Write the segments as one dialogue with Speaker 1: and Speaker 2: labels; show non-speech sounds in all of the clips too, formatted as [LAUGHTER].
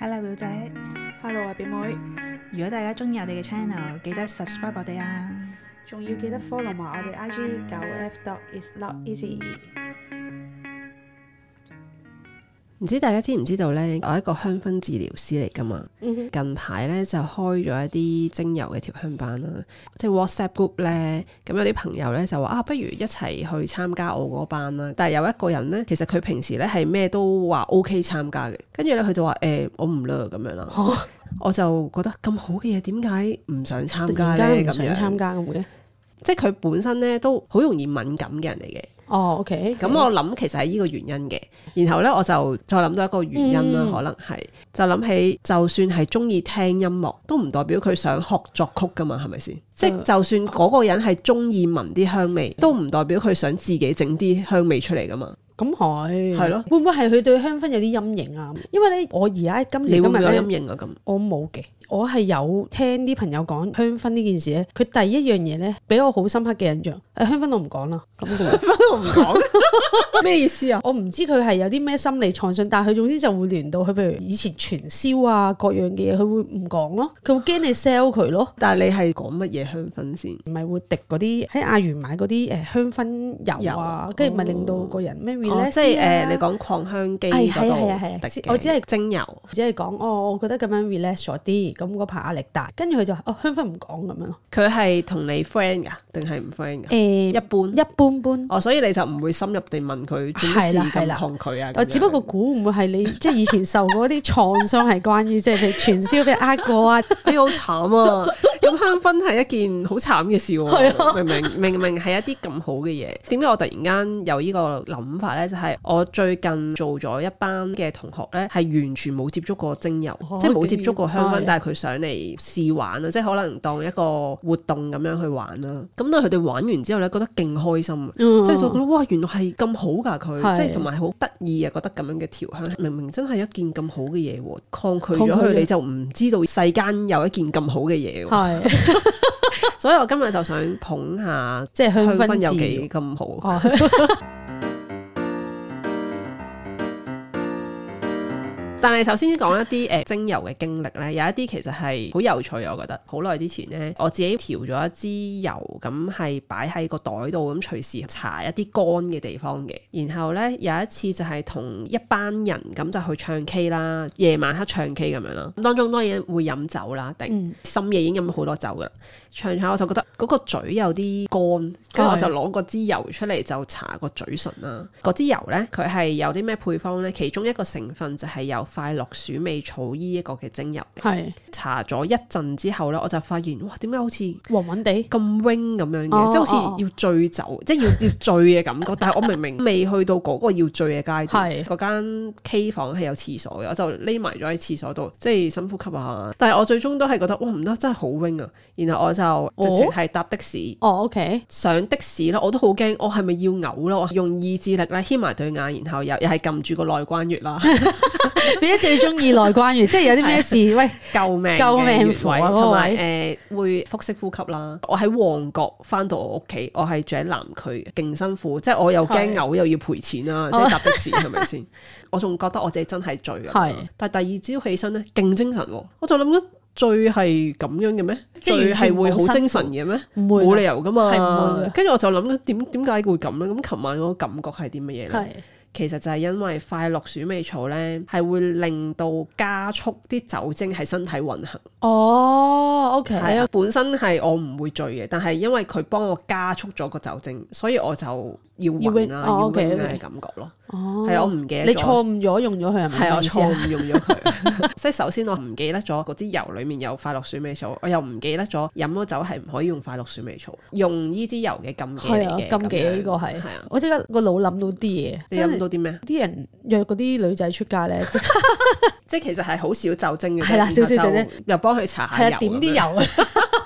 Speaker 1: Hello 表姐，
Speaker 2: Hello 啊，表妹，
Speaker 1: 如果大家中意我哋嘅 channel，記得 subscribe 我哋啊！
Speaker 2: 仲要記得 follow 埋我哋 IG 九 F dot is not easy。
Speaker 3: 唔知大家知唔知道呢？我係一個香薰治療師嚟噶嘛。
Speaker 2: 嗯
Speaker 3: 近排呢，就開咗一啲精油嘅貼香班啦，即係 WhatsApp group 呢。咁有啲朋友呢，就話啊，不如一齊去參加我嗰班啦。但係有一個人呢，其實佢平時呢係咩都話 OK 參加嘅，跟住呢，佢就話誒、我唔啦咁樣啦。我就覺得咁好嘅嘢點解唔想參
Speaker 2: 突
Speaker 3: 加呢？
Speaker 2: 然間唔
Speaker 3: 咁
Speaker 2: 想
Speaker 3: 樣
Speaker 2: 參加咁嘅？
Speaker 3: 即係佢本身呢都好容易敏感嘅人嚟嘅。
Speaker 2: 哦，OK，
Speaker 3: 咁我諗其實係呢個原因嘅，然後呢，我就再諗到一個原因啦，
Speaker 2: 嗯
Speaker 3: 可能係就諗起，就算係中意聽音樂，都唔代表佢想學作曲噶嘛，係咪先？即係就算嗰個人係中意聞啲香味，都唔代表佢想自己整啲香味出嚟噶嘛。
Speaker 2: 咁係
Speaker 3: 係咯
Speaker 2: 會唔會係佢對香薰有啲陰影啊？因為咧，我而家今時今
Speaker 3: 你會唔會有
Speaker 2: 日
Speaker 3: 陰
Speaker 2: 咧，
Speaker 3: 影啊？咁
Speaker 2: 我冇嘅。我係有聽啲朋友講香薰呢件事咧，佢第一樣嘢咧，俾我好深刻嘅印象。誒、香薰我唔講啦，咁嘅喎
Speaker 3: 我唔講咩意思啊？
Speaker 2: 我唔知佢係有啲咩心理創傷，但係佢總之就會聯到佢，譬如以前傳銷啊各樣嘅嘢，佢會唔講咯，佢會驚你 sell 佢咯。
Speaker 3: 但係你係講乜嘢香薰先？
Speaker 2: 唔係會滴嗰啲喺亞元買嗰啲誒香薰油啊
Speaker 3: 油，
Speaker 2: 跟住咪令到個人咩 relax 啲
Speaker 3: 哦
Speaker 2: 啊
Speaker 3: 即係誒，你講擴香機
Speaker 2: 哎係啊
Speaker 3: 嗰度
Speaker 2: 係啊係啊
Speaker 3: 滴嘅
Speaker 2: 我只係
Speaker 3: 精油。
Speaker 2: 只係講哦，我覺得咁樣 relax 咗啲，咁嗰排壓力大，跟住佢就話哦香薰唔講咁樣咯，
Speaker 3: 佢係同你 friend 噶，定係唔 friend
Speaker 2: 誒
Speaker 3: 噶？嗯一
Speaker 2: 一
Speaker 3: 般
Speaker 2: 般般，
Speaker 3: 哦，所以你就唔會深入地問佢做乜
Speaker 2: 係
Speaker 3: 事
Speaker 2: 啦係
Speaker 3: 咁
Speaker 2: 啦
Speaker 3: 抗拒啊？咁
Speaker 2: 我
Speaker 3: 樣
Speaker 2: 只不過估會唔會係你即係以前受過啲創傷係關於即係譬如傳銷俾人呃過
Speaker 3: [LAUGHS]
Speaker 2: 啊，
Speaker 3: 哎呀好慘啊！咁香薰係一件好慘嘅事
Speaker 2: 係啊
Speaker 3: 喎，明明明明係一啲咁好嘅嘢，點解我突然間有呢個諗法呢？就係我最近做咗一班嘅同學呢，係完全冇接觸過精油
Speaker 2: 哦，
Speaker 3: 即係冇接觸過香
Speaker 2: 竟然
Speaker 3: 薰，但係佢上嚟試玩啊，即係可能當一個活動咁樣去玩啦。咁當佢哋玩完之後呢，覺得勁開心啊！
Speaker 2: 嗯
Speaker 3: 即係就覺得哇，原來係咁好㗎佢，
Speaker 2: 係
Speaker 3: 即係同埋好得意啊！覺得咁樣嘅調香，明明真係一件咁好嘅嘢喎，抗拒
Speaker 2: 抗拒
Speaker 3: 咗佢
Speaker 2: 咗
Speaker 3: 你就唔知道世間有一件咁好嘅嘢喎，
Speaker 2: 係
Speaker 3: 所以我今日就想捧下
Speaker 2: 即係香
Speaker 3: 香
Speaker 2: 薰
Speaker 3: 薰
Speaker 2: 治
Speaker 3: 有
Speaker 2: 療
Speaker 3: 幾咁好。
Speaker 2: 哦，
Speaker 3: 但係首先講一啲誒精油嘅經歷咧，有一啲其實係好有趣，我覺得。好耐之前呢，我自己調咗一支油，咁係擺喺個袋度，咁隨時搽一啲乾嘅地方嘅。然後呢，有一次就係同一班人咁就去唱 K 啦，夜晚黑唱 K 咁樣啦。咁當中當然會飲酒啦，定、
Speaker 2: 嗯
Speaker 3: 深夜已經飲咗好多酒噶啦。唱下我就覺得嗰個嘴有啲乾，跟住我就攞個支油出嚟就搽個嘴唇啦。嗰支油呢，佢係有啲咩配方呢？其中一個成分就係有快樂鼠尾草依一個嘅精油嘅。
Speaker 2: 係
Speaker 3: 搽咗一陣之後呢，我就發現哇，點解好似咁
Speaker 2: 黃黃地
Speaker 3: wing 咁樣嘅，
Speaker 2: 哦
Speaker 3: 即係好
Speaker 2: 哦哦
Speaker 3: 似要醉酒， [LAUGHS] 即係要要醉嘅感覺。但係我
Speaker 2: [LAUGHS]
Speaker 3: 明明未去到嗰個要醉嘅階段。
Speaker 2: 係
Speaker 3: 嗰間 K 房係有廁所嘅，我就匿埋咗喺廁所度，即係深呼吸啊！但係我最終都係覺得哇唔得，真係好 wing 啊！然後我就直情係搭的士。
Speaker 2: 哦，OK，
Speaker 3: [LAUGHS] 上的士咧，我都好驚，我係咪要嘔咯？我用意志力咧，牽埋對眼，然後又又係撳住個內關穴啦，
Speaker 2: 變咗最中意內關嘅，即係有啲咩事喂
Speaker 3: 救命嘅
Speaker 2: 救命
Speaker 3: 穴
Speaker 2: 符
Speaker 3: 位，
Speaker 2: 啊嗰個
Speaker 3: 同埋誒會腹式呼吸啦。我喺旺角翻到我屋企，我係住喺南區，勁辛苦，即係我又驚
Speaker 2: 係哦
Speaker 3: 嘔又要賠錢啦，即係搭的士係
Speaker 2: [LAUGHS]
Speaker 3: 咪先？我仲覺得我自己真 [LAUGHS] 係醉㗎。
Speaker 2: 係。
Speaker 3: 但係第二朝起身咧，勁精神喎！我就諗緊醉係咁樣嘅咩？
Speaker 2: 即係
Speaker 3: 醉
Speaker 2: 完全
Speaker 3: 係會好
Speaker 2: 冇辛苦
Speaker 3: 精神嘅咩？
Speaker 2: 唔會㗎
Speaker 3: 冇理由噶
Speaker 2: 係唔
Speaker 3: 嘛
Speaker 2: 會㗎！
Speaker 3: 跟住我就諗緊點點解會咁咧？咁琴晚我個感覺係啲乜嘢咧？
Speaker 2: 係
Speaker 3: 其實就係因為快樂鼠尾草咧，係會令到加速啲酒精喺身體運行。
Speaker 2: 哦，OK，
Speaker 3: 啊，本身係我唔會醉嘅，但係因為佢幫我加速咗個酒精，所以我就要暈啊，
Speaker 2: 要暈
Speaker 3: 要
Speaker 2: 哦
Speaker 3: 暈嘅
Speaker 2: OK，OK
Speaker 3: 感覺咯。
Speaker 2: 哦，
Speaker 3: 係啊，我唔記得
Speaker 2: 你
Speaker 3: 咗
Speaker 2: 錯誤咗用咗佢係咪？
Speaker 3: 係我
Speaker 2: 咩意思啊
Speaker 3: 錯誤用咗佢， [LAUGHS] 即係首先我唔記得咗嗰支油裡面有快樂鼠尾草，我又唔記得咗飲咗酒係唔可以用快樂鼠尾草，用呢支油嘅禁忌
Speaker 2: 係
Speaker 3: 嚟嘅。
Speaker 2: 啊，禁忌
Speaker 3: 咁樣
Speaker 2: 呢個係
Speaker 3: 係啊，，
Speaker 2: 我即刻個腦諗到啲嘢，
Speaker 3: 你
Speaker 2: 真
Speaker 3: 飲
Speaker 2: 係
Speaker 3: 到啲咩？啊
Speaker 2: 啲人約嗰啲女仔出街
Speaker 3: [LAUGHS]
Speaker 2: 咧，即係
Speaker 3: 即係其實係好少酒精嘅，
Speaker 2: 係啦
Speaker 3: 然後
Speaker 2: 少少
Speaker 3: 就
Speaker 2: 酒精，
Speaker 3: 又幫佢搽下
Speaker 2: 係
Speaker 3: 油
Speaker 2: 啊點
Speaker 3: 咁樣。
Speaker 2: 啲 [LAUGHS] 油啊，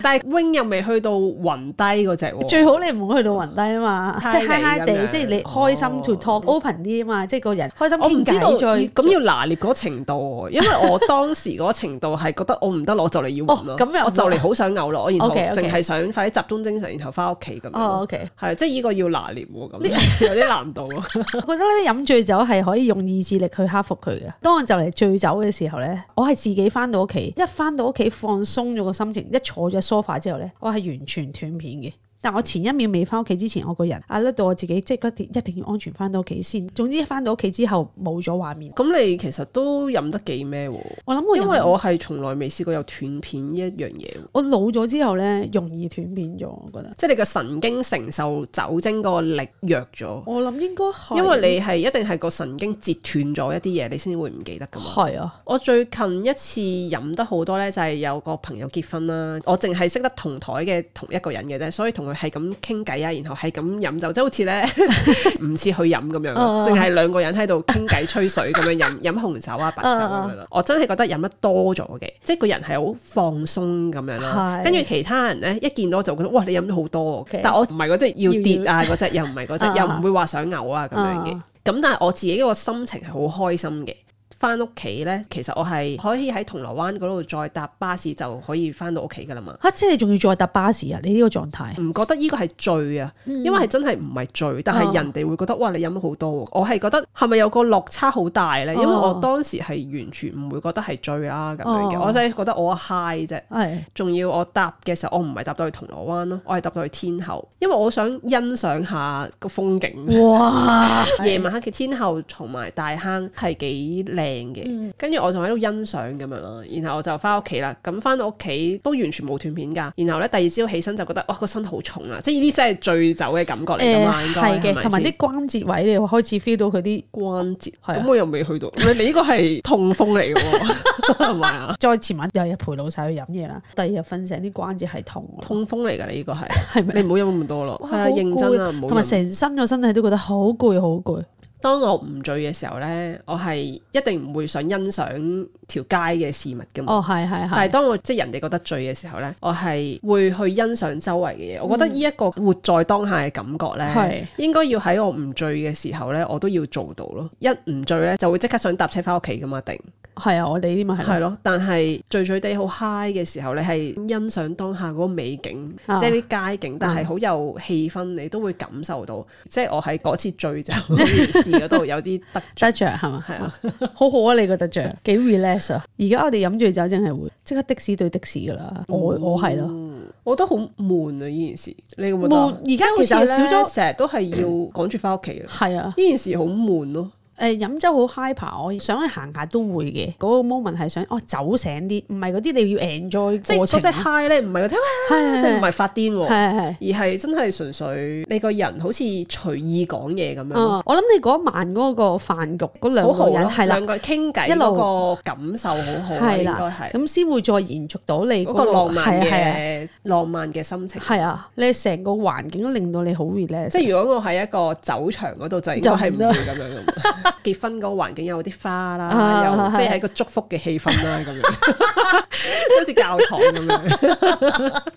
Speaker 3: 但係 wing 又未去到暈低嗰只喎。
Speaker 2: 最好你唔好去到暈低啊嘛，即
Speaker 3: 揩
Speaker 2: 係
Speaker 3: 你
Speaker 2: 嗨嗨
Speaker 3: 咁
Speaker 2: 地，
Speaker 3: 樣哦
Speaker 2: 即係你開心 to talk open 啲啊嘛，即係個人開心
Speaker 3: 我唔
Speaker 2: 傾
Speaker 3: 知道
Speaker 2: 偈再
Speaker 3: 咁要拿捏嗰程度喎，因為我當時嗰程度係覺得我唔得啦，我就嚟要暈
Speaker 2: 哦
Speaker 3: 咯，
Speaker 2: 咁又
Speaker 3: 我就嚟好想嘔咯，我然後
Speaker 2: OK，OK
Speaker 3: 淨係想快啲集中精神，然後翻屋企咁
Speaker 2: 哦
Speaker 3: 樣。
Speaker 2: OK。
Speaker 3: 係，即係呢個要拿捏喎，咁 [LAUGHS] 有啲難度啊。
Speaker 2: 我覺得咧飲醉酒係可以用意志力去克服佢嘅。當我就嚟醉酒嘅時候咧，我係自己翻到屋企，一翻到屋企放鬆咗個心情，一坐咗喺 sofa 之後咧，我係完全斷片嘅。但我前一秒未翻屋企之前，我個人壓甩到我自己，即係一定一定要安全翻到屋企先。總之一翻到屋企之後冇咗畫面，
Speaker 3: 咁你其實都飲得幾咩喎？
Speaker 2: 我諗我
Speaker 3: 因
Speaker 2: 飲
Speaker 3: 為我係從來未試過有斷片呢一樣嘢喎，
Speaker 2: 我老咗之後咧，容易斷片咗，我覺得。
Speaker 3: 即係你個神經承受酒精嗰個力弱咗，
Speaker 2: 我諗應該係
Speaker 3: 因為你係一定係個神經截斷咗一啲嘢，你先會唔記得噶嘛。
Speaker 2: 係啊，
Speaker 3: 哦我最近一次飲得好多呢，就係有個朋友結婚啦，我淨係識得同台嘅同一個人嘅啫，所以同佢係咁傾偈啊，然後係咁飲酒，即係好似呢， [LAUGHS] 唔似去飲咁樣，
Speaker 2: 哦
Speaker 3: 淨係兩個人喺度傾偈吹水咁 [LAUGHS] 樣飲飲紅酒啊白酒咁樣啦。我真係覺得飲得多咗嘅，即係個人係好放鬆咁樣啦。
Speaker 2: 係
Speaker 3: 跟住其他人呢，一見到我就覺得哇你飲咗好多喎
Speaker 2: OK，
Speaker 3: 但我唔係嗰隻要跌啊嗰隻，又唔係嗰
Speaker 2: 啊
Speaker 3: 隻，又唔會話想嘔啊咁樣嘅
Speaker 2: 啊。
Speaker 3: 咁但係我自己嗰個心情係好開心嘅。翻屋企呢，其實我係可以喺銅鑼灣嗰度再搭巴士就可以翻到屋企噶啦嘛。
Speaker 2: 嚇！啊即係你仲要再搭巴士啊？你呢個狀態，
Speaker 3: 唔覺得呢個係醉啊，
Speaker 2: 嗯
Speaker 3: 因為係真係唔係醉，
Speaker 2: 啊
Speaker 3: 但係人哋會覺得哇你飲咗好多喎。我係覺得係咪有個落差好大呢？因為
Speaker 2: 哦
Speaker 3: 我當時係完全唔會覺得係醉啦咁樣嘅，
Speaker 2: 哦
Speaker 3: 我真係覺得我 high 啫。
Speaker 2: 係
Speaker 3: 仲要我搭嘅時候，我唔係搭到去銅鑼灣咯，我係搭到去天后，因為我想欣賞下個風景。
Speaker 2: 哇！
Speaker 3: [LAUGHS] 夜晚黑嘅天后同埋大坑係幾靚
Speaker 2: 嗯
Speaker 3: 嘅，跟住、我仲喺度欣賞咁樣啦，然後我就翻屋企啦。咁翻到屋企都完全冇斷片㗎。然後咧第二朝起身就覺得哇哦個身好重啦，即係呢啲真係醉酒嘅感覺嚟㗎
Speaker 2: 誒
Speaker 3: 嘛，應該
Speaker 2: 係嘅，
Speaker 3: 咪
Speaker 2: 同埋
Speaker 3: 先
Speaker 2: 啲關節位你會開始 feel 到佢啲，
Speaker 3: 關節。
Speaker 2: 係啊
Speaker 3: 咁我又未去到， [LAUGHS] 你你呢個係痛風嚟嘅喎， [LAUGHS] 係咪啊？
Speaker 2: 再前晚又日陪老細去飲嘢啦，第二日瞓醒啲關節係痛喎，
Speaker 3: 痛風嚟㗎，你呢個係，
Speaker 2: 係咪？
Speaker 3: 你唔好飲咁多咯，
Speaker 2: 哇
Speaker 3: 係啊，
Speaker 2: 好
Speaker 3: 認真啊，
Speaker 2: 攰
Speaker 3: 唔好
Speaker 2: 同埋
Speaker 3: 飲。
Speaker 2: 成身個身體都覺得好攰好攰，
Speaker 3: 當我唔醉嘅時候咧，我係一定唔會想欣賞條街嘅事物㗎嘛。
Speaker 2: 哦係係
Speaker 3: 但係
Speaker 2: 係，
Speaker 3: 當我即係人哋覺得醉嘅時候呢，我係會去欣賞周圍嘅嘢。我覺得呢一個活在當下嘅感覺
Speaker 2: 係
Speaker 3: 呢，應該要喺我唔醉嘅時候呢，我都要做到咯。一唔醉呢，就會即刻想搭車翻屋企噶嘛，一定
Speaker 2: 係啊，我哋呢啲咪係
Speaker 3: 係咯。但係醉醉地好 high 嘅時候，你係欣賞當下嗰個美景，
Speaker 2: 啊
Speaker 3: 即係啲街景，但係好有氣氛，你都會感受到。即係我喺嗰次醉酒件事
Speaker 2: [LAUGHS]
Speaker 3: 嗰度有啲得
Speaker 2: 得
Speaker 3: 着，
Speaker 2: 着係嘛？
Speaker 3: 係啊，
Speaker 2: 好好啊！你個得着幾 relax 啊！而家我哋飲醉酒真係會即刻的士對的士噶啦，我
Speaker 3: 嗯
Speaker 2: 我係咯。
Speaker 3: 我都好悶啊！呢件事，你覺唔覺得啊？
Speaker 2: 悶而家其實
Speaker 3: 即係好似呢
Speaker 2: 少咗
Speaker 3: 成日都係要趕住翻屋企嘅。
Speaker 2: 係啊，
Speaker 3: 呢件事好悶咯，
Speaker 2: 誒、飲酒好 hyper，我想去行下都會嘅。嗰、個 moment 係想哦走醒啲，唔係嗰啲你要 enjoy
Speaker 3: 即係
Speaker 2: 過
Speaker 3: 嗰
Speaker 2: 程
Speaker 3: 隻
Speaker 2: 啊，
Speaker 3: high 咧，唔係嗰隻哇，即係唔
Speaker 2: 係係
Speaker 3: 係發癲喎，
Speaker 2: 係係。
Speaker 3: 而係真係純粹你個人好似隨意講嘢咁樣咯，
Speaker 2: 啊我諗你嗰晚嗰個飯局嗰兩
Speaker 3: 好
Speaker 2: 個
Speaker 3: 好
Speaker 2: 人
Speaker 3: 咯，
Speaker 2: 係啦
Speaker 3: 哦兩，個傾偈
Speaker 2: 一路
Speaker 3: 嗰個感受好好啊，
Speaker 2: 係
Speaker 3: 應
Speaker 2: 啦
Speaker 3: 該係
Speaker 2: 咁先會再延續到你
Speaker 3: 嗰
Speaker 2: 嗰
Speaker 3: 個浪
Speaker 2: 係
Speaker 3: 漫
Speaker 2: 啊係啊
Speaker 3: 嘅浪漫嘅心情。
Speaker 2: 係啊，你成個環境都令到你好 relax，
Speaker 3: 即係如果我喺一個酒場嗰度就應該係唔
Speaker 2: 就唔得
Speaker 3: 會咁樣
Speaker 2: [LAUGHS]
Speaker 3: 咁。結婚嗰個環境有啲花啦，
Speaker 2: 啊
Speaker 3: 有即係
Speaker 2: 係
Speaker 3: 一個祝福嘅氣氛啦，咁樣 [LAUGHS] 好似教堂咁樣。
Speaker 2: [LAUGHS]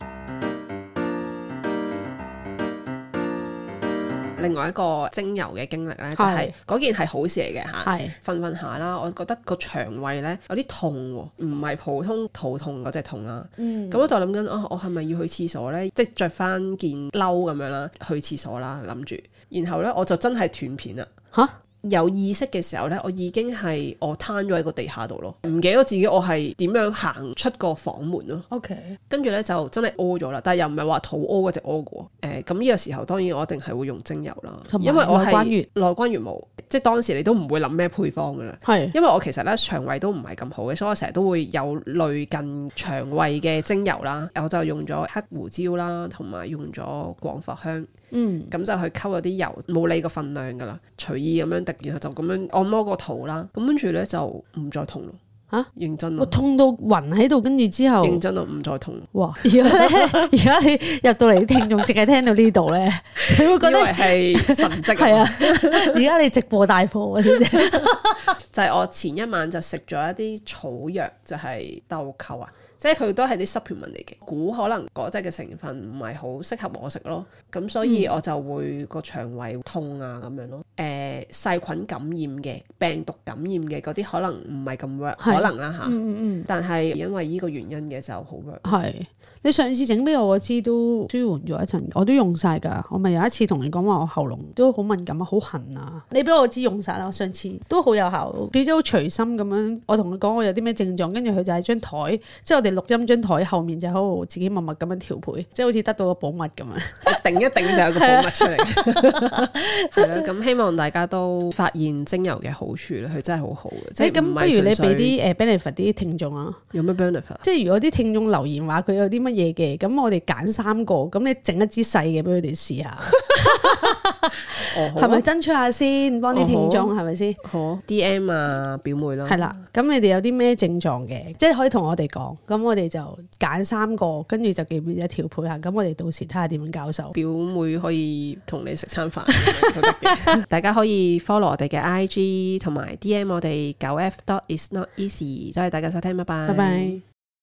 Speaker 3: 另外一個精油嘅經歷咧，就係
Speaker 2: 係
Speaker 3: 嗰件係好事嚟嘅嚇。
Speaker 2: 係
Speaker 3: 瞓瞓下啦，我覺得個腸胃咧有啲痛喎，唔係普通肚痛嗰只痛啦。
Speaker 2: 嗯
Speaker 3: 咁我就諗緊，啊，我係咪要去廁所呢？即係着翻件褸咁樣啦，去廁所啦，諗住。然後呢，我就真係斷片啦。
Speaker 2: 嚇
Speaker 3: 有意識嘅時候呢，我已經係我攤咗喺個地下度咯，唔記得自己我係點樣行出個房門咯。
Speaker 2: OK
Speaker 3: 跟住呢，就真係屙咗啦，但係又唔係話肚屙嗰只屙過。誒咁呢個時候當然我一定係會用精油啦，
Speaker 2: 同埋
Speaker 3: 因為我
Speaker 2: 內關
Speaker 3: 係
Speaker 2: 穴
Speaker 3: 內關穴冇，即係當時你都唔會諗咩配方噶啦。
Speaker 2: 係
Speaker 3: 因為我其實咧腸胃都唔係咁好嘅，所以我成日都會有類近腸胃嘅精油啦，我就用咗黑胡椒啦，同埋用咗廣藿香，
Speaker 2: 嗯
Speaker 3: 咁就去溝咗啲油，冇理個份量噶啦，隨意咁樣滴，然後就咁樣按摩個肚啦，咁跟住咧就唔再痛咯，
Speaker 2: 嚇
Speaker 3: 認真
Speaker 2: 我
Speaker 3: 咯，
Speaker 2: 痛到暈喺度，跟住之後。
Speaker 3: 認真咯，唔再痛，
Speaker 2: 哇！而家咧，
Speaker 3: [LAUGHS]
Speaker 2: 而家你入到嚟啲聽眾淨係聽到呢度咧，你會覺
Speaker 3: 因
Speaker 2: 得
Speaker 3: 為係神
Speaker 2: [LAUGHS]
Speaker 3: 跡，
Speaker 2: 係啊！而家你直播帶貨啊，知唔知？
Speaker 3: 就係我前一晚就食咗一啲草藥，就係豆蔻啊，即係佢都係啲 supplement 嚟嘅，估可能果汁嘅成分唔係好適合我食咯，咁所以
Speaker 2: 嗯
Speaker 3: 我就會個腸胃痛啊咁樣咯。誒、細菌感染嘅、病毒感染嘅嗰啲可能唔係咁 work，
Speaker 2: 係
Speaker 3: 可能啦嚇。
Speaker 2: 嗯嗯
Speaker 3: 但係因為呢個原因嘅就好 work。
Speaker 2: 嗯，係。你上次整俾我嗰支都舒緩咗一陣，我都用晒㗎。我咪有一次同你講話，我喉嚨都好敏感啊，好痕啊。你俾我支用晒啦，我上次都好有效。表姐好隨心咁樣，我同佢講我有啲咩症狀，跟住佢就喺張台，即係我哋錄音張台後面就喺度自己默默咁樣調配，即係好似得到個寶物咁啊樣。
Speaker 3: 定一定就有個寶物出嚟，
Speaker 2: [LAUGHS]
Speaker 3: 係啦。咁希望大家都發現精油嘅好處啦，佢真係好好嘅。即
Speaker 2: 誒
Speaker 3: 係
Speaker 2: 咁，
Speaker 3: 唔
Speaker 2: 不
Speaker 3: 係
Speaker 2: 如你
Speaker 3: 純粹
Speaker 2: 俾啲誒 benefit 啲聽眾啊。
Speaker 3: 有咩 benefit？
Speaker 2: 即係如果啲聽眾留言話佢有啲乜嘢嘅，咁我哋揀三個，咁你整一支細嘅俾佢哋試下，
Speaker 3: 哦，好
Speaker 2: 係咪
Speaker 3: 啊，哦
Speaker 2: 爭取下先，幫啲聽眾係咪先？
Speaker 3: 好啊 DM 啊，表妹啦，
Speaker 2: 係啦，咁你哋有啲咩症狀嘅，即係可以同我哋講，咁我哋就揀三個，跟住就記唔記得調配下，咁我哋到時睇下點樣教授。
Speaker 3: 表妹可以同你食餐飯都得 [LAUGHS] 嘅。大家可以 follow 我哋嘅 IG 同埋 DM 我哋九 F dot is not easy。多謝大家收聽，拜拜，
Speaker 2: 拜拜。